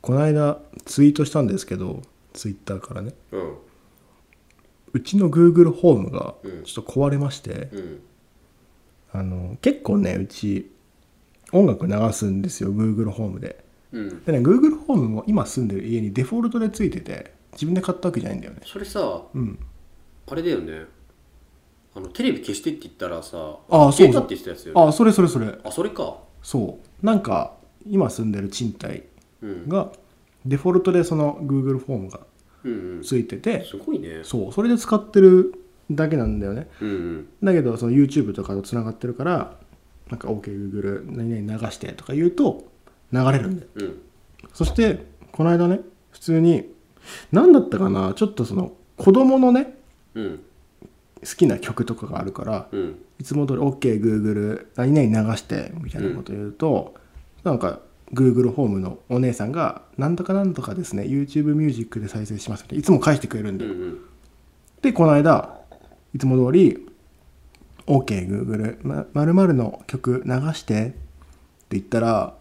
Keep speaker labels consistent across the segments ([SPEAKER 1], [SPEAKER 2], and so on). [SPEAKER 1] この間ツイートしたんですけどツイッターからね
[SPEAKER 2] うん
[SPEAKER 1] うちの Google ホームが
[SPEAKER 2] うん
[SPEAKER 1] ちょっと壊れまして、
[SPEAKER 2] うん
[SPEAKER 1] あの結構ねうち音楽流すんですよ Google ホームで
[SPEAKER 2] うん
[SPEAKER 1] でね Google ホームも今住んでる家にデフォルトでついてて自分で買ったわけじゃないんだよね
[SPEAKER 2] それさ
[SPEAKER 1] うん
[SPEAKER 2] あれだよねあのテレビ消してって言ったらさ
[SPEAKER 1] ああ
[SPEAKER 2] 消え
[SPEAKER 1] そ
[SPEAKER 2] た
[SPEAKER 1] うそう
[SPEAKER 2] って言ってたやつよ、ね、
[SPEAKER 1] あそれそれそれ
[SPEAKER 2] あそれか
[SPEAKER 1] そうなんか今住んでる賃貸
[SPEAKER 2] うん
[SPEAKER 1] がデフォルトでその Google フォームが
[SPEAKER 2] うんうんす
[SPEAKER 1] ついてて
[SPEAKER 2] ごいね
[SPEAKER 1] そうそれで使ってるだけなんだよね
[SPEAKER 2] うんうん
[SPEAKER 1] だけどその YouTube とかとつながってるからなんか OKGoogle、何々流してとか言うと流れるんだよ
[SPEAKER 2] うん
[SPEAKER 1] そしてこの間ね普通に何だったかなちょっとその子供のね
[SPEAKER 2] うん
[SPEAKER 1] 好きな曲とかがあるから
[SPEAKER 2] うん
[SPEAKER 1] いつも通り OKGoogle、何々流してみたいなこと言うと、なんか Google ホームのお姉さんがなんとかなんとかですね YouTube ミュージックで再生しますっていつも返してくれるん
[SPEAKER 2] う
[SPEAKER 1] だよ
[SPEAKER 2] んうん
[SPEAKER 1] でこの間いつも通り OKGoogle、ま、〇〇の曲流してって言ったら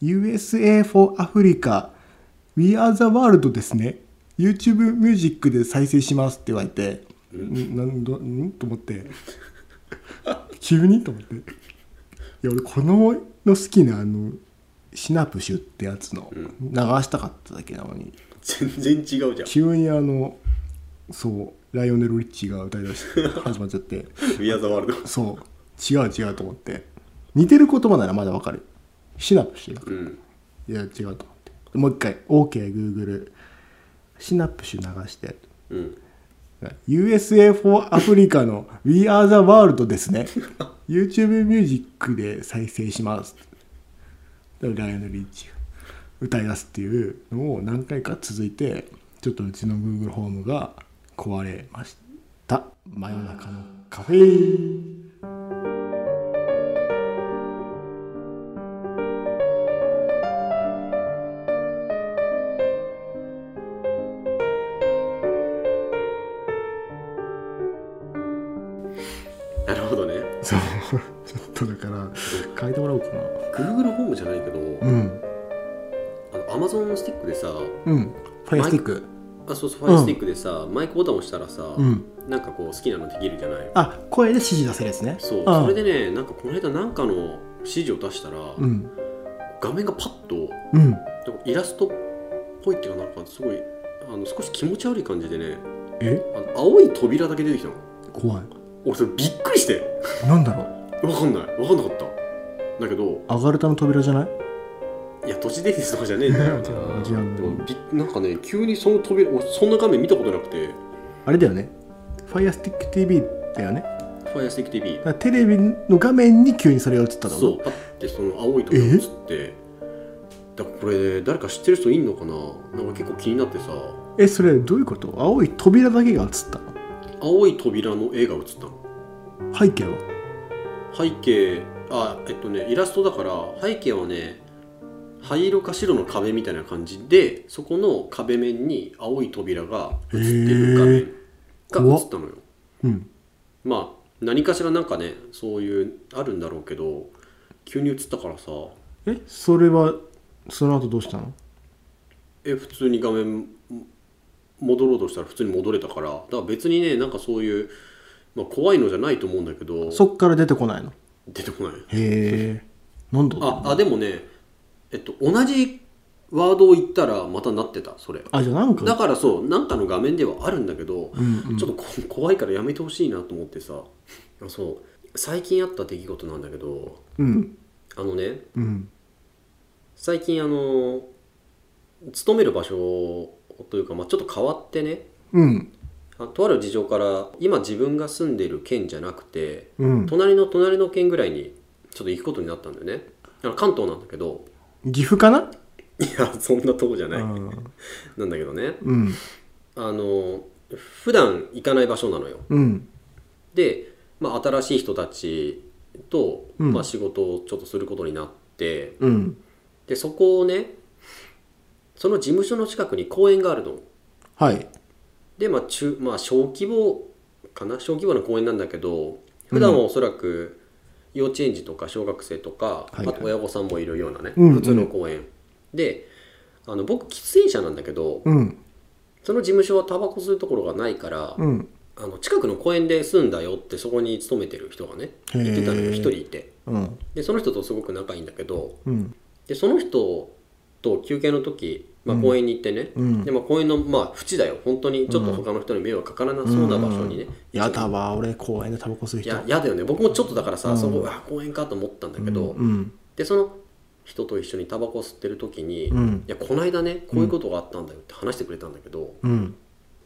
[SPEAKER 1] USA for Africa We are the world ですね YouTube ミュージックで再生しますって言われてんなんどんと思って急にと思っていや俺子供の好きなあのシナプシュってやつの流したかっただけなのに
[SPEAKER 2] 全然違うじゃん
[SPEAKER 1] 急にあのそうライオネル・リッチーが歌いだして始まっちゃって
[SPEAKER 2] 「We are the world
[SPEAKER 1] そう違う違うと思って似てる言葉ならまだわかるシナプシュだ」か
[SPEAKER 2] うん
[SPEAKER 1] らいや違うと思ってでもう一回 OKGoogle シナプシュ流して
[SPEAKER 2] うん
[SPEAKER 1] USA for Africa の We are the world ですね YouTube ミュージックで再生しますでライオネル・リッチーが歌い出すっていうのを何回か続いてちょっとうちの Google ホームが壊れました真夜中のカフェイン
[SPEAKER 2] なるほどね
[SPEAKER 1] そうちょっとだから変えてもらおうかな
[SPEAKER 2] Google ホームじゃないけど、
[SPEAKER 1] うん
[SPEAKER 2] あの Amazon スティックでさ
[SPEAKER 1] うんファイアスティック
[SPEAKER 2] あそうそうファイアスティックでさ、マイクボタン押したらさ、
[SPEAKER 1] うん
[SPEAKER 2] なんかこう好きなのできるじゃない
[SPEAKER 1] あ声で指示出せるやつね
[SPEAKER 2] そう、
[SPEAKER 1] あ
[SPEAKER 2] それでねなんかこの間なんかの指示を出したら、
[SPEAKER 1] うん
[SPEAKER 2] 画面がパッと
[SPEAKER 1] うん
[SPEAKER 2] なんかイラストっぽいっていうかなんかすごいあの少し気持ち悪い感じでね
[SPEAKER 1] え
[SPEAKER 2] あの青い扉だけ出てきたの
[SPEAKER 1] 怖い
[SPEAKER 2] 俺それびっくりして
[SPEAKER 1] なんだろう
[SPEAKER 2] 分かんない分かんなかっただけど
[SPEAKER 1] アガルタの扉じゃない
[SPEAKER 2] いや都市伝説 とかじゃねえんだよ
[SPEAKER 1] 違う
[SPEAKER 2] で
[SPEAKER 1] 違う
[SPEAKER 2] もびなんかね急にその扉俺そんな画面見たことなくて
[SPEAKER 1] あれだよね。Firestick TV だよね。だか
[SPEAKER 2] ファイアスティック TV
[SPEAKER 1] らテレビの画面に急にそれが映っただろ
[SPEAKER 2] そうパッてその青い扉が映ってだからこれ、ね、誰か知ってる人いんのかななんか結構気になってさ
[SPEAKER 1] え、それどういうこと青い扉だけが映ったの
[SPEAKER 2] 青い扉の絵が映ったの
[SPEAKER 1] 背景は
[SPEAKER 2] 背景あえっとねイラストだから背景はね灰色か白の壁みたいな感じでそこの壁面に青い扉が映ってる画面が映ったのよ、
[SPEAKER 1] うん。
[SPEAKER 2] まあ何かしらなんかねそういうあるんだろうけど急に映ったからさ
[SPEAKER 1] え、それは、その後どうしたの
[SPEAKER 2] え普通に画面ん戻ろうとしたら普通に戻れたからだから別にねなんかそういう、まあ、怖いのじゃないと思うんだけど
[SPEAKER 1] そっから出てこないの
[SPEAKER 2] 出てこない
[SPEAKER 1] へえ。なんだ
[SPEAKER 2] ああでもねえっと同じワードを言ったらまたなってたそれ
[SPEAKER 1] あ、じゃあなん
[SPEAKER 2] だ
[SPEAKER 1] か、
[SPEAKER 2] からそうなんかの画面ではあるんだけど、
[SPEAKER 1] うんうん
[SPEAKER 2] ちょっとこ怖いからやめてほしいなと思ってさあそう最近あった出来事なんだけど
[SPEAKER 1] うん。
[SPEAKER 2] あのね
[SPEAKER 1] うん。
[SPEAKER 2] 最近あの勤める場所というか、まあ、ちょっと変わってね
[SPEAKER 1] うん。
[SPEAKER 2] あとある事情から今自分が住んでる県じゃなくて
[SPEAKER 1] うん。
[SPEAKER 2] 隣の隣の県ぐらいにちょっと行くことになったんだよねあの関東なんだけど
[SPEAKER 1] 岐阜かない
[SPEAKER 2] やそんなとこじゃない、
[SPEAKER 1] うん
[SPEAKER 2] なんだけどね
[SPEAKER 1] うん。
[SPEAKER 2] あの普段行かない場所なのよ
[SPEAKER 1] うん。
[SPEAKER 2] で、まあ、新しい人たちと、
[SPEAKER 1] うん
[SPEAKER 2] まあ、仕事をちょっとすることになって
[SPEAKER 1] うん。
[SPEAKER 2] でそこをねその事務所の近くに公園があるの
[SPEAKER 1] はい。
[SPEAKER 2] でまあ中、まあ、小規模かな小規模な公園なんだけど普段はおそらく幼稚園児とか小学生とか、
[SPEAKER 1] はいはい
[SPEAKER 2] あと親御さんもいるようなね、
[SPEAKER 1] うんうん
[SPEAKER 2] 普通の公園であの僕喫煙者なんだけど
[SPEAKER 1] うん
[SPEAKER 2] その事務所はタバコ吸うところがないから、
[SPEAKER 1] うん
[SPEAKER 2] あの近くの公園で住んだよってそこに勤めてる人がね
[SPEAKER 1] へー
[SPEAKER 2] 言ってたのよ一人いて
[SPEAKER 1] うん
[SPEAKER 2] でその人とすごく仲いいんだけど
[SPEAKER 1] うん
[SPEAKER 2] でその人と休憩の時、まあ、公園に行ってね、
[SPEAKER 1] うん
[SPEAKER 2] でまあ、公園のまあ縁だよ本当にちょっと他の人に迷惑かからなそうな場所にね、
[SPEAKER 1] やだわ俺公園でタバコ吸う
[SPEAKER 2] い
[SPEAKER 1] 人
[SPEAKER 2] や嫌だよね僕もちょっとだからさ、
[SPEAKER 1] うん
[SPEAKER 2] そこあ公園かと思ったんだけど、
[SPEAKER 1] うん
[SPEAKER 2] でその人と一緒にタバコ吸ってる時に、
[SPEAKER 1] う
[SPEAKER 2] い
[SPEAKER 1] ん
[SPEAKER 2] やこの間ねこういうことがあったんだよって話してくれたんだけど、
[SPEAKER 1] うん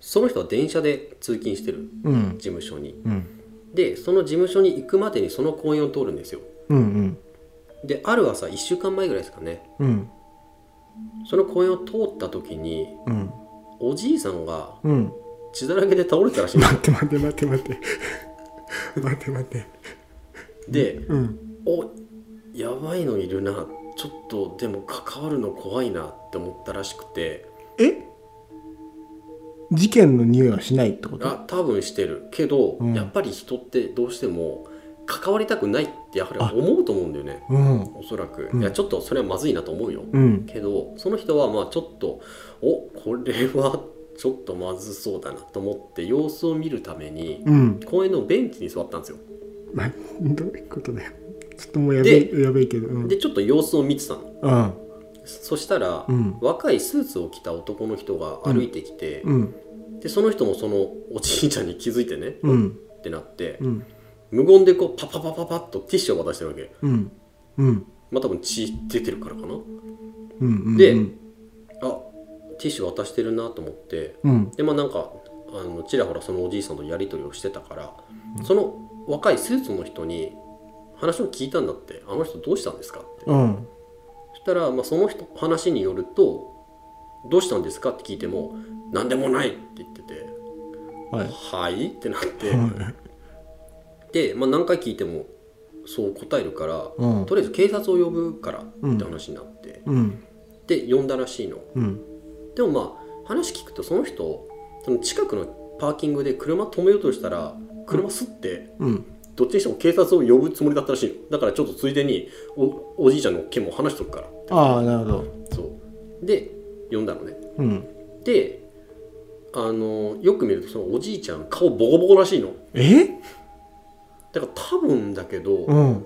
[SPEAKER 2] その人は電車で通勤してる
[SPEAKER 1] うん
[SPEAKER 2] 事務所に
[SPEAKER 1] うん
[SPEAKER 2] でその事務所に行くまでにその公園を通るんですよ
[SPEAKER 1] うん
[SPEAKER 2] である朝1週間前ぐらいですかね
[SPEAKER 1] うん
[SPEAKER 2] その公園を通った時に
[SPEAKER 1] うん
[SPEAKER 2] おじいさんが
[SPEAKER 1] うん
[SPEAKER 2] 血だらけで倒れてたらしいんです
[SPEAKER 1] 待
[SPEAKER 2] よ
[SPEAKER 1] って待って待って待って待って待って
[SPEAKER 2] で
[SPEAKER 1] うん
[SPEAKER 2] おやばいのいるなちょっとでも関わるの怖いなって思ったらしくて
[SPEAKER 1] え事件の匂いはしないってこと
[SPEAKER 2] あ多分してるけど、
[SPEAKER 1] うん
[SPEAKER 2] やっぱり人ってどうしても関わりたくないってやはり思うと思うんだよね
[SPEAKER 1] うん
[SPEAKER 2] おそらく、
[SPEAKER 1] うん
[SPEAKER 2] いやちょっとそれはまずいなと思うよ、
[SPEAKER 1] うん
[SPEAKER 2] けどその人はまあちょっとおこれは ちょっとまずそうだなと思って様子を見るために
[SPEAKER 1] うん
[SPEAKER 2] 公園のベンチに座ったんですよ
[SPEAKER 1] まどういうことだよちょっともうやべえやべえけどうん
[SPEAKER 2] でちょっと様子を見てたの
[SPEAKER 1] うん
[SPEAKER 2] そしたら、
[SPEAKER 1] うん
[SPEAKER 2] 若いスーツを着た男の人が歩いてきて、
[SPEAKER 1] うん
[SPEAKER 2] でその人もそのおじいちゃんに気づいてね、
[SPEAKER 1] うん
[SPEAKER 2] ってなって
[SPEAKER 1] うん
[SPEAKER 2] 無言でこうパパパパパッとティッシュを渡してるわけ
[SPEAKER 1] うんうん
[SPEAKER 2] まあ多分血出てるからかな
[SPEAKER 1] うん
[SPEAKER 2] で
[SPEAKER 1] うん
[SPEAKER 2] あティッシュ渡してるなと思って
[SPEAKER 1] うん
[SPEAKER 2] でまあなんかあのちらほらそのおじいさんとやり取りをしてたから、その若いスーツの人に話を聞いたんだって「あの人どうしたんですか?」って
[SPEAKER 1] うん
[SPEAKER 2] そしたら、まあ、その人話によると「どうしたんですか?」って聞いても「何でもない」って言ってて
[SPEAKER 1] は
[SPEAKER 2] 「
[SPEAKER 1] い
[SPEAKER 2] はい?」ってなっ
[SPEAKER 1] は
[SPEAKER 2] てで、まあ、何回聞いてもそう答えるから、
[SPEAKER 1] うん
[SPEAKER 2] とりあえず警察を呼ぶからって話になって、
[SPEAKER 1] うん
[SPEAKER 2] で呼んだらしいの。
[SPEAKER 1] うん
[SPEAKER 2] でもまあ話聞くとその人その近くのパーキングで車止めようとしたら車すって
[SPEAKER 1] うん
[SPEAKER 2] どっちにしても警察を呼ぶつもりだったらしいのだからちょっとついでにおおじいちゃんの件も話しとくから
[SPEAKER 1] ああなるほど
[SPEAKER 2] そうで呼んだのね
[SPEAKER 1] うん
[SPEAKER 2] であのよく見るとそのおじいちゃん顔ボコボコらしいの
[SPEAKER 1] え
[SPEAKER 2] だから多分だけど
[SPEAKER 1] うん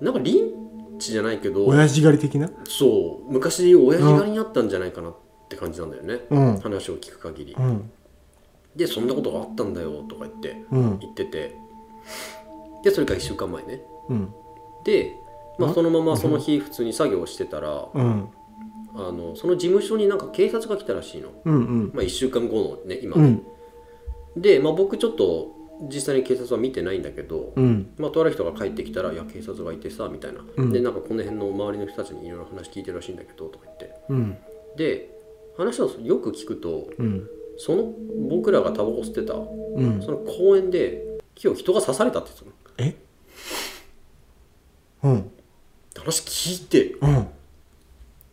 [SPEAKER 2] なんかリンチじゃないけど
[SPEAKER 1] 親父狩り的な
[SPEAKER 2] そう昔で言う親父狩りにあったんじゃないかなって感じなんだよね
[SPEAKER 1] うん
[SPEAKER 2] 話を聞く限り
[SPEAKER 1] うん
[SPEAKER 2] でそんなことがあったんだよとか言って
[SPEAKER 1] うん
[SPEAKER 2] 行っててでそれが1週間前ね
[SPEAKER 1] うん
[SPEAKER 2] で、まあ、
[SPEAKER 1] あ
[SPEAKER 2] そのままその日普通に作業してたら
[SPEAKER 1] うん
[SPEAKER 2] あのその事務所になんか警察が来たらしいの、
[SPEAKER 1] うんうん
[SPEAKER 2] まあ、1週間後のね今
[SPEAKER 1] う
[SPEAKER 2] ね、
[SPEAKER 1] ん
[SPEAKER 2] で、まあ、僕ちょっと実際に警察は見てないんだけど、
[SPEAKER 1] うん
[SPEAKER 2] まあ、とある人が帰ってきたら「いや警察がいてさ」みたいな、
[SPEAKER 1] うん
[SPEAKER 2] でなんかこの辺の周りの人たちにいろいろ話聞いてるらしいんだけどとか言って
[SPEAKER 1] うん
[SPEAKER 2] で話をよく聞くと
[SPEAKER 1] うん
[SPEAKER 2] その僕らがタバコ吸ってた
[SPEAKER 1] うん
[SPEAKER 2] その公園で今日人が刺されたって言ってたの
[SPEAKER 1] えうん
[SPEAKER 2] 話聞いて
[SPEAKER 1] うん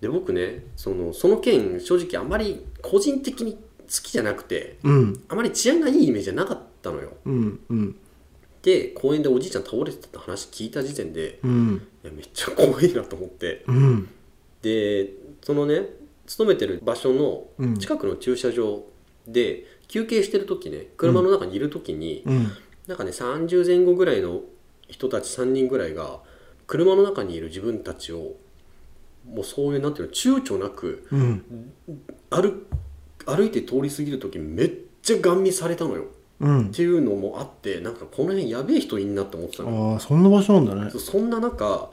[SPEAKER 2] で僕ねそのその件正直あまり個人的に好きじゃなくて
[SPEAKER 1] うん
[SPEAKER 2] あまり治安がいいイメージじゃなかったのよ
[SPEAKER 1] うんうん
[SPEAKER 2] で公園でおじいちゃん倒れてたって話聞いた時点で
[SPEAKER 1] うん
[SPEAKER 2] いやめっちゃ怖いなと思って
[SPEAKER 1] うん
[SPEAKER 2] でそのね勤めてる場所
[SPEAKER 1] う
[SPEAKER 2] の
[SPEAKER 1] ん
[SPEAKER 2] 近くの駐車場で休憩してる時ね車の中にいる時に、
[SPEAKER 1] うん
[SPEAKER 2] なんかね30前後ぐらいの人たち3人ぐらいが車の中にいる自分たちをもうそういうなんていうの躊躇なく
[SPEAKER 1] うん
[SPEAKER 2] 歩歩いて通り過ぎる時めっちゃガン見されたのよ
[SPEAKER 1] うん
[SPEAKER 2] っていうのもあってなんかこの辺やべえ人いんなって思ってたの
[SPEAKER 1] ああそんな場所なんだね
[SPEAKER 2] そそんな中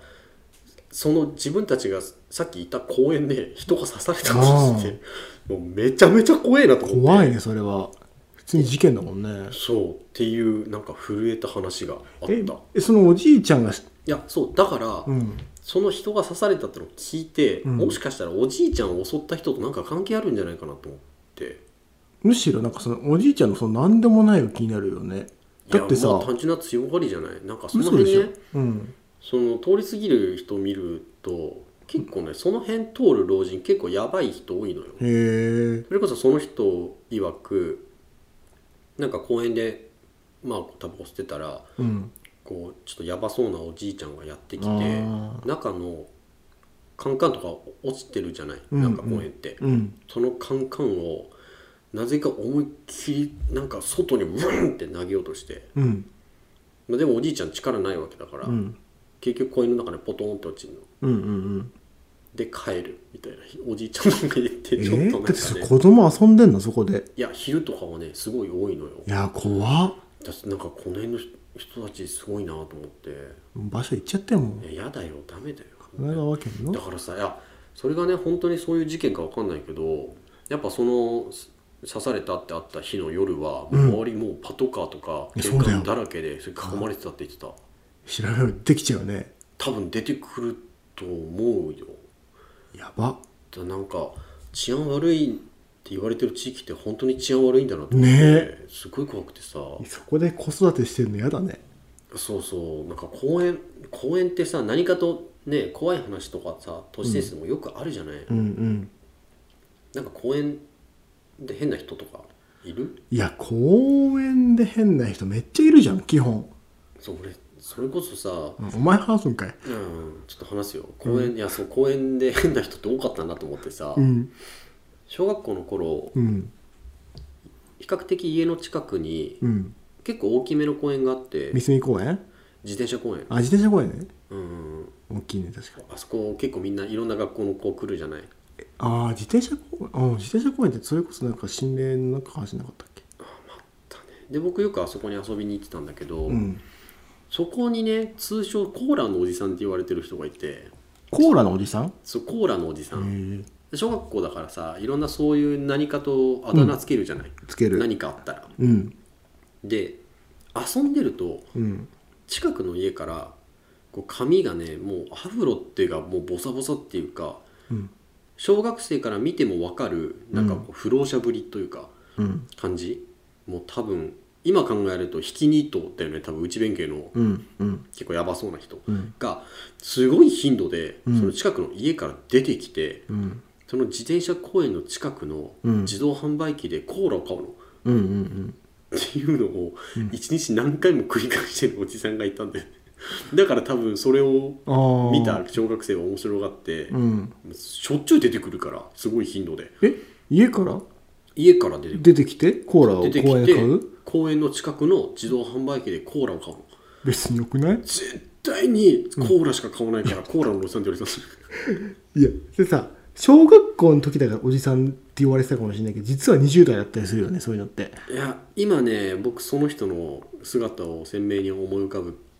[SPEAKER 2] その自分たちがさっきいた公園で人が刺されたのってもうめちゃめちゃ怖えなと思って
[SPEAKER 1] 怖いねそれは普通に事件だもんね
[SPEAKER 2] そうっていうなんか震えた話があった
[SPEAKER 1] え
[SPEAKER 2] い
[SPEAKER 1] えそのおじいちゃんがし
[SPEAKER 2] やそうだから、
[SPEAKER 1] うん
[SPEAKER 2] その人が刺されたってのを聞いて、
[SPEAKER 1] ん
[SPEAKER 2] もしかしたらおじいちゃんを襲った人となんか関係あるんじゃないかなと思って
[SPEAKER 1] むしろなんかそのおじいちゃんのその何でもないが気になるよねだって
[SPEAKER 2] いや
[SPEAKER 1] さ
[SPEAKER 2] まあ単純な強がりじゃないなんかその
[SPEAKER 1] 嘘で
[SPEAKER 2] 辺
[SPEAKER 1] しょ
[SPEAKER 2] ね
[SPEAKER 1] うん
[SPEAKER 2] その通り過ぎる人見ると結構ねその辺通る老人結構やばい人多いのよ
[SPEAKER 1] へえ
[SPEAKER 2] それこそその人曰くなんか公園でまあタバコ吸ってたら
[SPEAKER 1] うん
[SPEAKER 2] こうちょっとやばそうなおじいちゃんがやってき
[SPEAKER 1] あ
[SPEAKER 2] て
[SPEAKER 1] ー
[SPEAKER 2] 中のカンカンとか落ちてるじゃない、なんか公園って、
[SPEAKER 1] うん
[SPEAKER 2] そのカンカンをなぜか思いっきりなんか外にブーンって投げようとして、
[SPEAKER 1] うん
[SPEAKER 2] まあ、でもおじいちゃん力ないわけだから、
[SPEAKER 1] うん
[SPEAKER 2] 結局公園の中でポトンって落ちる
[SPEAKER 1] う
[SPEAKER 2] の
[SPEAKER 1] んうん
[SPEAKER 2] で帰るみたいなおじいちゃんなんか言って
[SPEAKER 1] え
[SPEAKER 2] ちょっとなん
[SPEAKER 1] ー、だ
[SPEAKER 2] か
[SPEAKER 1] っ
[SPEAKER 2] ね
[SPEAKER 1] て、それ子供遊んでんのそこで
[SPEAKER 2] いや昼とかはねすごい多いのよ
[SPEAKER 1] いや怖っ
[SPEAKER 2] だってなんかこの辺の人たちすごいなと思って
[SPEAKER 1] 場所行っちゃってもう
[SPEAKER 2] いややだよダメだよ
[SPEAKER 1] 神奈川県
[SPEAKER 2] だ
[SPEAKER 1] の
[SPEAKER 2] からさいやそれがね本当にそういう事件かわかんないけどやっぱそのす刺されたってあった日の夜は、周りもうパトカーとか
[SPEAKER 1] いや
[SPEAKER 2] 警
[SPEAKER 1] そうだよ
[SPEAKER 2] 官だらけでそれ囲まれてたって言ってた
[SPEAKER 1] 調べるできちゃうね
[SPEAKER 2] 多分出てくると思うよ
[SPEAKER 1] やば
[SPEAKER 2] だなんか治安悪いって言われてる地域って本当に治安悪いんだなと思って、
[SPEAKER 1] ね
[SPEAKER 2] すごい怖くてさ
[SPEAKER 1] そこで子育てしてんのやだね
[SPEAKER 2] そうそうなんか公園公園ってさ何かとね怖い話とかさ都市伝説もよくあるじゃない、
[SPEAKER 1] うんうん
[SPEAKER 2] なんか公園で変な人とかいる
[SPEAKER 1] いや公園で変な人めっちゃいるじゃん基本、
[SPEAKER 2] そう俺それこそさ
[SPEAKER 1] うんお前話すんかい
[SPEAKER 2] うんちょっと話すよ公園、いやそう公園で変な人って多かったなと思ってさ、
[SPEAKER 1] うん
[SPEAKER 2] 小学校の頃
[SPEAKER 1] うん
[SPEAKER 2] 比較的家の近くに
[SPEAKER 1] うん
[SPEAKER 2] 結構大きめの公園があって
[SPEAKER 1] 三隅公園
[SPEAKER 2] 自転車公園
[SPEAKER 1] あ自転車公園ね
[SPEAKER 2] うん
[SPEAKER 1] 大きいね確かに
[SPEAKER 2] あそこ結構みんないろんな学校の子来るじゃない
[SPEAKER 1] ああ自転車公園あー自転車公園ってそれこそなんか心霊の中走んなかったっけ
[SPEAKER 2] で僕よくあそこに遊びに行ってたんだけど、
[SPEAKER 1] うん
[SPEAKER 2] そこにね通称コーラのおじさんって言われてる人がいて
[SPEAKER 1] コーラのおじさんへ
[SPEAKER 2] そうコーラのおじさん、
[SPEAKER 1] え
[SPEAKER 2] 小学校だからさいろんなそういう何かとあだ名つけるじゃない、
[SPEAKER 1] つける
[SPEAKER 2] 何かあったら
[SPEAKER 1] うん
[SPEAKER 2] で遊んでると
[SPEAKER 1] うん
[SPEAKER 2] 近くの家からこう髪がねもうアフロっていうかもうボサボサっていうか
[SPEAKER 1] うん
[SPEAKER 2] 小学生から見ても分かるなんかこう不老者ぶりというか
[SPEAKER 1] うん
[SPEAKER 2] 感じ、もう多分今考えるとひきにとだよね多分内弁慶の
[SPEAKER 1] うんうん
[SPEAKER 2] 結構やばそうな人
[SPEAKER 1] うん
[SPEAKER 2] がすごい頻度でそ
[SPEAKER 1] ん
[SPEAKER 2] の近くの家から出てきて、
[SPEAKER 1] うん
[SPEAKER 2] その自転車公園の近くの
[SPEAKER 1] うん
[SPEAKER 2] 自動販売機でコーラを買うの、
[SPEAKER 1] うんうん
[SPEAKER 2] っていうのを一日何回も繰り返してるおじさんがいたんでだから多分それを
[SPEAKER 1] ああ
[SPEAKER 2] 見た小学生は面白がって、
[SPEAKER 1] うん
[SPEAKER 2] しょっちゅう出てくるからすごい頻度で
[SPEAKER 1] え家から
[SPEAKER 2] 家から出てくる
[SPEAKER 1] 出てきてコーラを
[SPEAKER 2] 出て
[SPEAKER 1] 公
[SPEAKER 2] き
[SPEAKER 1] 園
[SPEAKER 2] て
[SPEAKER 1] 買う
[SPEAKER 2] 公園の近くの自動販売機でコーラを買うの
[SPEAKER 1] 別によくない
[SPEAKER 2] 絶対にコーラしか買わないから、コーラのおじさんって言われて
[SPEAKER 1] いやでさ小学校の時だからおじさんって言われてたかもしれないけど実は20代だったりするよねそういうのって
[SPEAKER 2] たいや今ね僕その人の姿を鮮明に思い浮か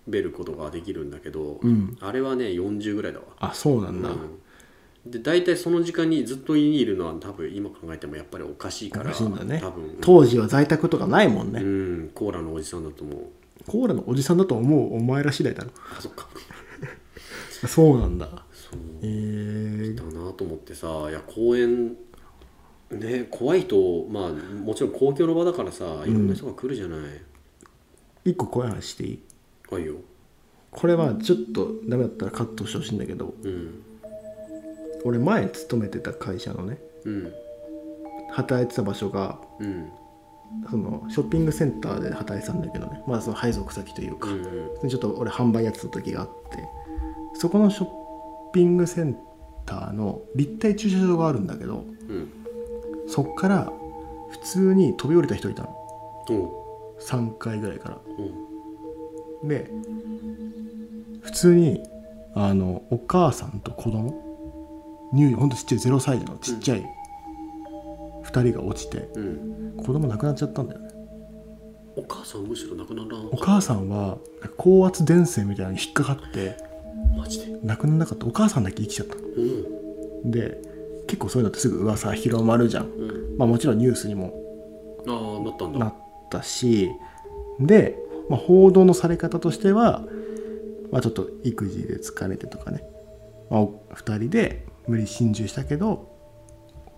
[SPEAKER 2] べることができるんだけど、
[SPEAKER 1] ん
[SPEAKER 2] あれはね40ぐらいだわ
[SPEAKER 1] あそうなんだ、
[SPEAKER 2] うん、で大体その時間にずっと家にいるのは多分今考えてもやっぱりおかしいから
[SPEAKER 1] らしいんだね
[SPEAKER 2] 多分
[SPEAKER 1] 当時は在宅とかないもんね、
[SPEAKER 2] うんコーラのおじさんだと思う
[SPEAKER 1] コーラのおじさんだと思うお前ら次第だろ
[SPEAKER 2] あそっか
[SPEAKER 1] あそうなんだ
[SPEAKER 2] そう
[SPEAKER 1] えー、
[SPEAKER 2] だなと思ってさいや公園ね怖いとまあもちろん公共の場だからさいろんな人が来るじゃない、
[SPEAKER 1] 一個怖い話していい
[SPEAKER 2] 怖いよ
[SPEAKER 1] これはちょっとダメだったらカットしてほしいんだけど
[SPEAKER 2] うん
[SPEAKER 1] 俺前勤めてた会社のね
[SPEAKER 2] うん
[SPEAKER 1] 働いてた場所が
[SPEAKER 2] うん
[SPEAKER 1] そのショッピングセンターで働いてたんだけどねまあその配属先という
[SPEAKER 2] う
[SPEAKER 1] か、
[SPEAKER 2] んうん
[SPEAKER 1] ちょっと俺販売やってた時があってそこのショッピングセンターの立体駐車場があるんだけど
[SPEAKER 2] うん
[SPEAKER 1] そっから普通に飛び降りた人いたの
[SPEAKER 2] お
[SPEAKER 1] 3階ぐらいから
[SPEAKER 2] う
[SPEAKER 1] で普通にあのお母さんと子供乳幼ほんとちっちゃい0歳児のちっちゃい2人が落ちて
[SPEAKER 2] うんうん
[SPEAKER 1] 子供亡くなっちゃったんだよね
[SPEAKER 2] お母さんむしろ亡くならん
[SPEAKER 1] お母さんは高圧電線みたいなのに引っかかって
[SPEAKER 2] マジで
[SPEAKER 1] 亡くならなかったお母さんだけ生きちゃった
[SPEAKER 2] うん
[SPEAKER 1] で結構そういうのってすぐ噂広まるじゃん、
[SPEAKER 2] うん
[SPEAKER 1] まあ、もちろんニュースにも
[SPEAKER 2] ああなったんだ
[SPEAKER 1] なったしで、まあ、報道のされ方としては、まあ、ちょっと育児で疲れてとかね、まあ、お2人で無理心中したけど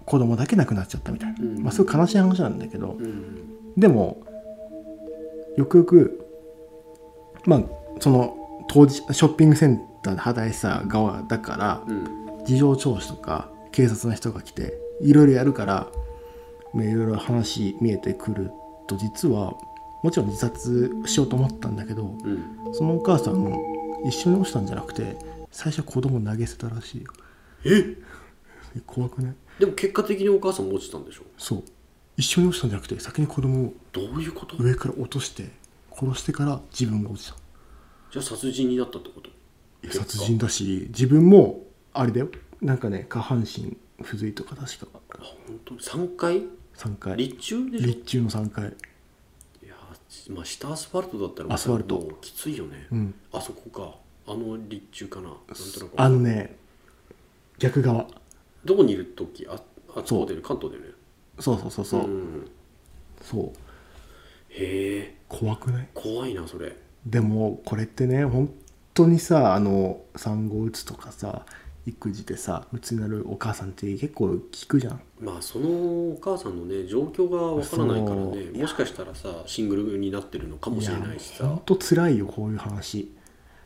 [SPEAKER 1] 子供だけ亡くなっちゃったみたいな、
[SPEAKER 2] うん
[SPEAKER 1] まあ、すごい悲しい話なんだけど
[SPEAKER 2] うん
[SPEAKER 1] でもよくよくまあその当時ショッピングセンターで働いてた側だから、
[SPEAKER 2] うん
[SPEAKER 1] 事情聴取とか警察の人が来ていろいろやるからねいろいろ話見えてくると実はもちろん自殺しようと思ったんだけど
[SPEAKER 2] うん
[SPEAKER 1] そのお母さんも一緒に落ちたんじゃなくて最初子供投げ捨てたらしいよ
[SPEAKER 2] ええ
[SPEAKER 1] え怖くない
[SPEAKER 2] でも結果的にお母さんも落ちたんでしょ
[SPEAKER 1] そう一緒に落ちたんじゃなくて先に子供を
[SPEAKER 2] どういうことじ
[SPEAKER 1] 上から落として殺してから自分が落ちた
[SPEAKER 2] ゃあ殺人になったってこと
[SPEAKER 1] いや
[SPEAKER 2] 結果
[SPEAKER 1] 殺人だし自分もあれだよなんかね下半身不随とか確か
[SPEAKER 2] あ本当に3回
[SPEAKER 1] 3回
[SPEAKER 2] 立中でしょ
[SPEAKER 1] 立中の3回
[SPEAKER 2] いやーまあ下アスファルトだったら
[SPEAKER 1] アスファルト
[SPEAKER 2] もうきついよね、
[SPEAKER 1] うん
[SPEAKER 2] あそこかあの立中かななんとなく
[SPEAKER 1] あのね逆側
[SPEAKER 2] どこにいる時ああそ
[SPEAKER 1] そう
[SPEAKER 2] こで関東だよね
[SPEAKER 1] そうそうそうそう、
[SPEAKER 2] ん、
[SPEAKER 1] そう
[SPEAKER 2] へえ
[SPEAKER 1] 怖くない
[SPEAKER 2] 怖いなそれ
[SPEAKER 1] でもこれってね本当にさあの産後うつとかさ育児でさうつになるお母さんって結構聞くじゃん
[SPEAKER 2] まあそのお母さんのね状況がわからないからね
[SPEAKER 1] そう
[SPEAKER 2] もしかしたらさシングルになってるのかもしれないしさ
[SPEAKER 1] 本当辛いよこういう話、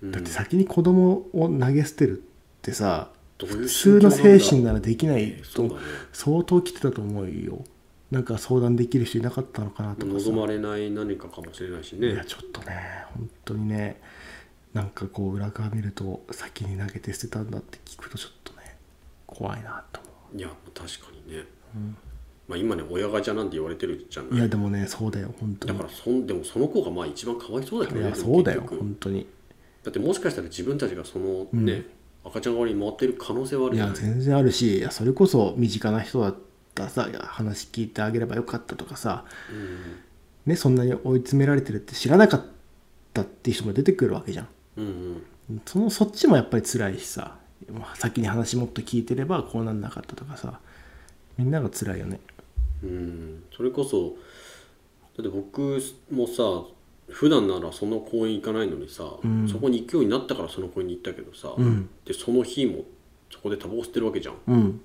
[SPEAKER 2] うん
[SPEAKER 1] だって先に子供を投げ捨てるってさ
[SPEAKER 2] どういう
[SPEAKER 1] 普通
[SPEAKER 2] 心境
[SPEAKER 1] の
[SPEAKER 2] なんだ
[SPEAKER 1] 精神ならできない
[SPEAKER 2] ええそうだ
[SPEAKER 1] と
[SPEAKER 2] ね
[SPEAKER 1] 相当来てたと思うよなんか相談できる人いなかったのかなとかさ
[SPEAKER 2] 望まれない何かかもしれないし
[SPEAKER 1] いや
[SPEAKER 2] ね
[SPEAKER 1] ちょっとね本当にねなんかこう裏側見ると先に投げて捨てたんだって聞くとちょっとね怖いなと思
[SPEAKER 2] いや確かにね、まあ今ね親ガチャなんて言われてるじゃ
[SPEAKER 1] う、
[SPEAKER 2] ない
[SPEAKER 1] いやでもねそうだよ本当
[SPEAKER 2] だ
[SPEAKER 1] に
[SPEAKER 2] からそんでもその子がまあ一番かわいそうだけど
[SPEAKER 1] い
[SPEAKER 2] ね
[SPEAKER 1] や
[SPEAKER 2] でも
[SPEAKER 1] そうだよ
[SPEAKER 2] 結局
[SPEAKER 1] 本当に
[SPEAKER 2] だってもしかしたら自分たちがそのね、赤ちゃん側に回ってる可能性はある
[SPEAKER 1] い
[SPEAKER 2] じゃ
[SPEAKER 1] や
[SPEAKER 2] ない
[SPEAKER 1] 全然あるしいやそれこそ身近な人だったらさいや話聞いてあげればよかったとかさ、ね、そんなに追い詰められてるって知らなかったっていう人も出てくるわけじゃん
[SPEAKER 2] うんうん
[SPEAKER 1] そのそっちもやっぱり辛いしさまあ先に話もっと聞いてればこうなんなかったとかさみんなが辛いよね
[SPEAKER 2] うんそれこそだって僕もさ普段ならその公園行かないのにさ、そこに行くようになったからその公園に行ったけどさ、
[SPEAKER 1] ん
[SPEAKER 2] でその日もそこでタバコ吸ってるわけじゃん
[SPEAKER 1] うん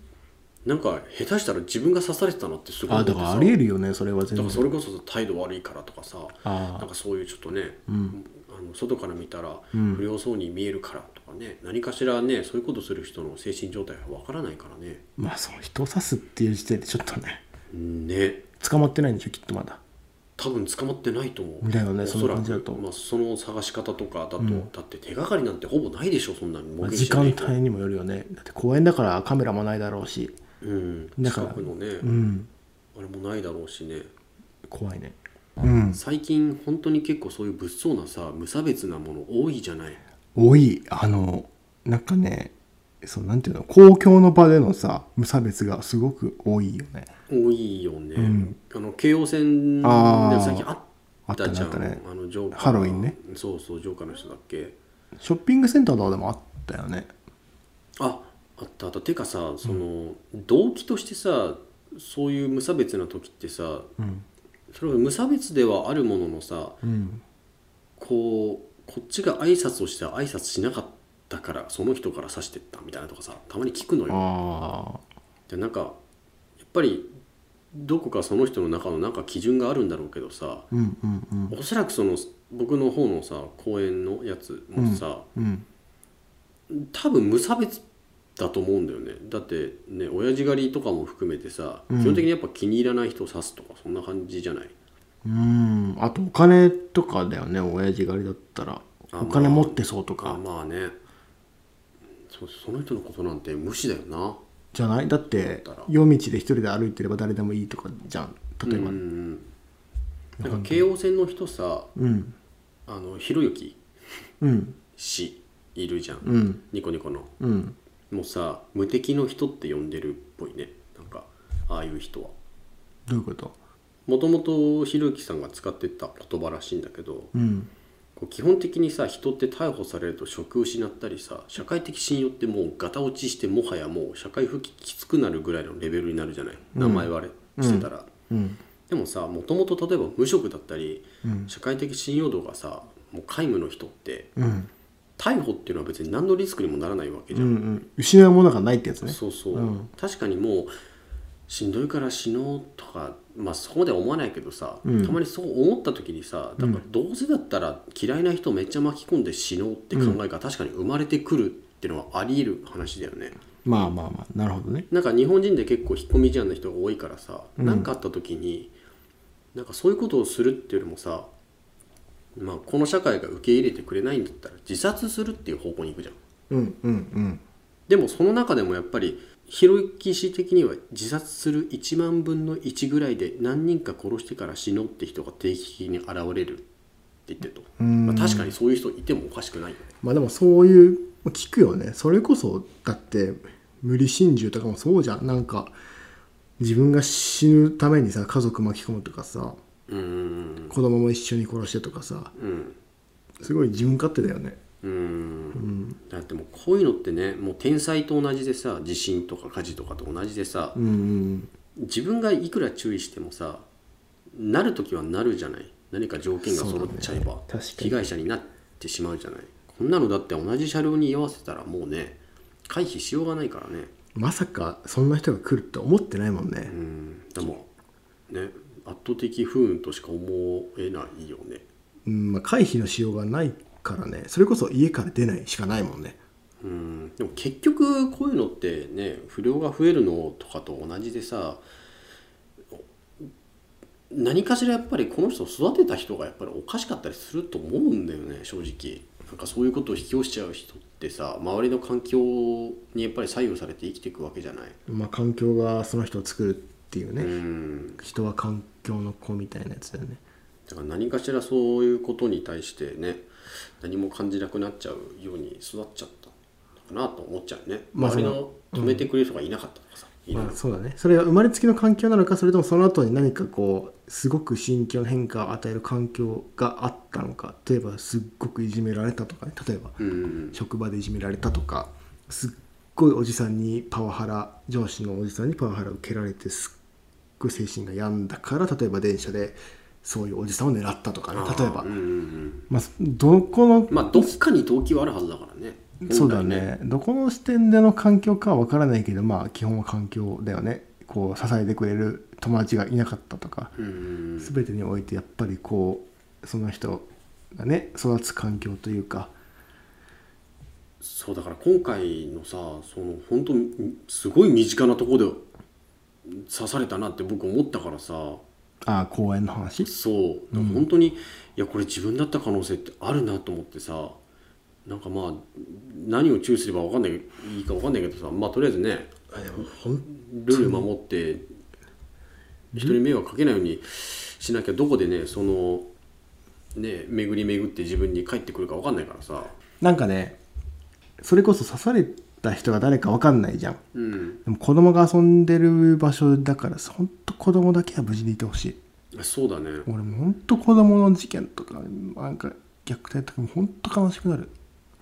[SPEAKER 2] なんか下手したら自分が刺されてたなってすごい
[SPEAKER 1] あ
[SPEAKER 2] 思って
[SPEAKER 1] だ
[SPEAKER 2] さ
[SPEAKER 1] からありえるよねそれは全
[SPEAKER 2] だ
[SPEAKER 1] 然
[SPEAKER 2] からそれこそさ態度悪いからとかさ
[SPEAKER 1] あ
[SPEAKER 2] なんかそういうちょっとね、あの外から見たら
[SPEAKER 1] うん
[SPEAKER 2] 不良そうに見えるからとかね、何かしらねそういうことする人の精神状態はわからないからね
[SPEAKER 1] まあそう人を刺すっていう時点でちょっとね
[SPEAKER 2] ね
[SPEAKER 1] 捕まってないんでしょきっとまだ
[SPEAKER 2] 多分捕まってないと思う
[SPEAKER 1] だよね
[SPEAKER 2] お
[SPEAKER 1] その
[SPEAKER 2] そら
[SPEAKER 1] 感
[SPEAKER 2] く
[SPEAKER 1] じだと、
[SPEAKER 2] まあ、その探し方とかだと、だって手がかりなんてほぼないでしょそんなに
[SPEAKER 1] ま
[SPEAKER 2] 目
[SPEAKER 1] あ
[SPEAKER 2] 撃
[SPEAKER 1] 時
[SPEAKER 2] 者で
[SPEAKER 1] 間帯にもよるよねだって公園だからカメラもないだろうし
[SPEAKER 2] うん
[SPEAKER 1] だから
[SPEAKER 2] 近くのね、
[SPEAKER 1] うん
[SPEAKER 2] あれもないだろうしね
[SPEAKER 1] 怖いねうん
[SPEAKER 2] 最近本当に結構そういう物騒なさ無差別なもの多いじゃない
[SPEAKER 1] 多いあのなんかねそうなんていうの公共の場でのさ無差別がすごく多いよね
[SPEAKER 2] 多いよね、
[SPEAKER 1] ん
[SPEAKER 2] あの京王線で
[SPEAKER 1] あー
[SPEAKER 2] 最近あったじゃん
[SPEAKER 1] あったねあったね
[SPEAKER 2] あのジョーカー
[SPEAKER 1] ハロウィンね
[SPEAKER 2] そうそうジョーカーの人だっけ
[SPEAKER 1] ショッピングセンターとかでもあったよね
[SPEAKER 2] ああったあったてかさその、動機としてさそういう無差別な時ってさ
[SPEAKER 1] うん
[SPEAKER 2] それは無差別ではあるもののさ
[SPEAKER 1] うん
[SPEAKER 2] こうこっちが挨拶をして挨拶しなかったからその人から刺してったみたいなとかさたまに聞くのよ
[SPEAKER 1] ああ
[SPEAKER 2] でなんかやっぱりどこかその人の中のなんか基準があるんだろうけどさ、
[SPEAKER 1] うんうんうん
[SPEAKER 2] おそらくその僕の方のさ公演のやつもさ、
[SPEAKER 1] うん
[SPEAKER 2] 多分無差別だと思うんだよねだってね親父狩りとかも含めてさ、基本的にやっぱ気に入らない人を刺すとかそんな感じじゃない
[SPEAKER 1] うんあとお金とかだよね親父狩りだったら
[SPEAKER 2] あ
[SPEAKER 1] お金持ってそうと
[SPEAKER 2] あ
[SPEAKER 1] か
[SPEAKER 2] まあねそその人のことなんて無視だよな
[SPEAKER 1] じゃないだって
[SPEAKER 2] ら
[SPEAKER 1] 夜道で一人で歩いてれば誰でもいいとかじゃん例えば
[SPEAKER 2] うんなんか京王線の人さ
[SPEAKER 1] うん
[SPEAKER 2] あのひろゆき
[SPEAKER 1] うん
[SPEAKER 2] 氏いるじゃん、
[SPEAKER 1] うん
[SPEAKER 2] ニコニコの
[SPEAKER 1] うん
[SPEAKER 2] もうさ無敵の人って呼んでるっぽいねなんかああいう人は
[SPEAKER 1] どういうこと
[SPEAKER 2] もともとひろゆきさんが使ってた言葉らしいんだけど
[SPEAKER 1] うん
[SPEAKER 2] こう基本的にさ人って逮捕されると職失ったりさ社会的信用ってもうガタ落ちしてもはやもう社会復帰きつくなるぐらいのレベルになるじゃない名前割れしてたら、
[SPEAKER 1] うん
[SPEAKER 2] でもさもともと例えば無職だったり、社会的信用度がさもう皆無の人って
[SPEAKER 1] うん
[SPEAKER 2] 逮捕っていうのは別に何のリスクにもならないわけじ
[SPEAKER 1] う
[SPEAKER 2] ゃん、
[SPEAKER 1] んうん失うものがないってやつね
[SPEAKER 2] そうそう、確かにもうしんどいから死のうとかまあそこまでは思わないけどさ、たまにそう思った時にさだからどうせだったら嫌いな人めっちゃ巻き込んで死のうって考えが確かに生まれてくるっていうのはあり得る話だよね
[SPEAKER 1] まあまあまあなるほどね
[SPEAKER 2] なんか日本人で結構引っ込み思案な人が多いからさ何、なん、かあった時になんかそういうことをするっていうよりもさまあこの社会が受け入れてくれないんだったら自殺するっていう方向に行くじゃん
[SPEAKER 1] うんうんうん
[SPEAKER 2] でもその中でもやっぱりひろゆき氏的には自殺する1万分の1ぐらいで何人か殺してから死のうって人が定期的に現れるって言ってると、
[SPEAKER 1] うん
[SPEAKER 2] まあ、確かにそういう人いてもおかしくないよね
[SPEAKER 1] まあでもそういう聞くよねそれこそだって無理心中とかもそうじゃんなんか自分が死ぬためにさ家族巻き込むとかさ
[SPEAKER 2] うんうん
[SPEAKER 1] 子供も一緒に殺してとかさ
[SPEAKER 2] うん
[SPEAKER 1] すごい自分勝手だよね
[SPEAKER 2] うんうんだってもうこういうのってねもう天才と同じでさ地震とか火事とかと同じでさ
[SPEAKER 1] うん
[SPEAKER 2] 自分がいくら注意してもさなる時はなるじゃない何か条件が揃っちゃえば、
[SPEAKER 1] そうだね確かに
[SPEAKER 2] 被害者になってしまうじゃないこんなのだって同じ車両に居合わせたらもうね回避しようがないからね
[SPEAKER 1] まさかそんな人が来るって思ってないもんね
[SPEAKER 2] うんでもね圧倒的不運としか思えないよね
[SPEAKER 1] うん、まあ、回避のしようがないからねそれこそ家から出ないしかないもんね
[SPEAKER 2] うんでも結局こういうのってね不良が増えるのとかと同じでさ何かしらやっぱりこの人を育てた人がやっぱりおかしかったりすると思うんだよね正直なんかそういうことを引き寄せちゃう人ってさ周りの環境にやっぱり左右されて生きていくわけじゃない
[SPEAKER 1] まあ環境がその人を作るっていうね、
[SPEAKER 2] うん
[SPEAKER 1] 人は環境の子みたいなやつだよね
[SPEAKER 2] だから何かしらそういうことに対してね何も感じなくなっちゃうように育っちゃったのかなと思っちゃうね
[SPEAKER 1] まあ
[SPEAKER 2] 周りの止めてくれる人がいなかったとかさ、いろい
[SPEAKER 1] ま
[SPEAKER 2] ろ
[SPEAKER 1] あそうだねそれが生まれつきの環境なのかそれともその後に何かこうすごく心境の変化を与える環境があったのか例えばすっごくいじめられたとかね例えば
[SPEAKER 2] うん
[SPEAKER 1] 職場でいじめられたとかすっごいおじさんにパワハラ上司のおじさんにパワハラ受けられてすっごい精神が病んだから例えば電車でそういうおじさんを狙ったとかね例えば
[SPEAKER 2] うんうんうん
[SPEAKER 1] まあどこの
[SPEAKER 2] まあどっかに動機はあるはずだからね
[SPEAKER 1] そうだねどこの視点での環境かは分からないけどまあ基本は環境だよねこう支えてくれる友達がいなかったとか、
[SPEAKER 2] 本来ねうんうん
[SPEAKER 1] 全てにおいてやっぱりこうその人がね育つ環境というか
[SPEAKER 2] そうだから今回のさその本当にすごい身近なところで刺されたなって僕思ったからさ
[SPEAKER 1] ああ公園の話
[SPEAKER 2] そう、本当にいやこれ自分だった可能性ってあるなと思ってさなんかまあ何を注意すればわかんないいいかわかんないけどさまあとりあえずねルール守って人に迷惑かけないようにしなきゃどこでねそのね巡り巡って自分に返ってくるかわかんないからさ
[SPEAKER 1] なんかねそれこそ刺された人が誰か分かんないじゃん
[SPEAKER 2] うん
[SPEAKER 1] でも子供が遊んでる場所だからさほんと子供だけは無事にいてほしい
[SPEAKER 2] そうだね
[SPEAKER 1] 俺もほんと子供の事件とかなんか虐待とかもほんと悲しくなる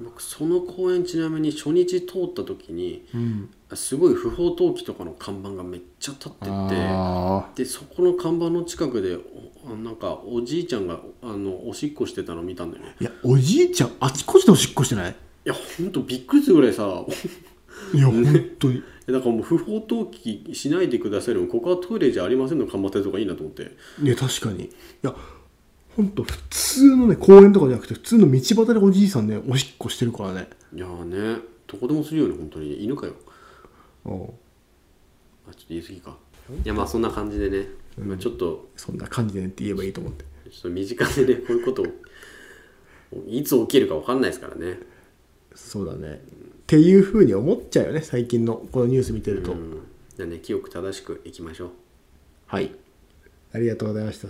[SPEAKER 2] 僕その公園ちなみに初日通った時に
[SPEAKER 1] うん
[SPEAKER 2] すごい不法投棄とかの看板がめっちゃ立ってて
[SPEAKER 1] あ
[SPEAKER 2] でそこの看板の近くでおあなんかおじいちゃんがあのおしっこしてたの見たんだよね
[SPEAKER 1] ーいやおじいちゃんあちこちでおしっこしてない
[SPEAKER 2] いやほんとびっくりするぐらいさ
[SPEAKER 1] いや本当に
[SPEAKER 2] だからもう不法投棄しないでくださいよここはトイレじゃありませんの看板ってとかいいなと思って
[SPEAKER 1] いや確かにいやほんと普通のね公園とかじゃなくて普通の道端でおじいさんねおしっこしてるからね
[SPEAKER 2] いやーねどこでもするよね本当に犬かよ
[SPEAKER 1] おう
[SPEAKER 2] あちょっと言い過ぎかいやまあそんな感じでね、まあ、ちょっと
[SPEAKER 1] そんな感じでねって言えばいいと思って
[SPEAKER 2] ちょっと身近でねこういうことをいつ起きるか分かんないですからね
[SPEAKER 1] そうだねっていうふうに思っちゃうよね最近のこのニュース見てると、
[SPEAKER 2] うんじゃあね清く正しくいきましょう
[SPEAKER 1] はいありがとうございました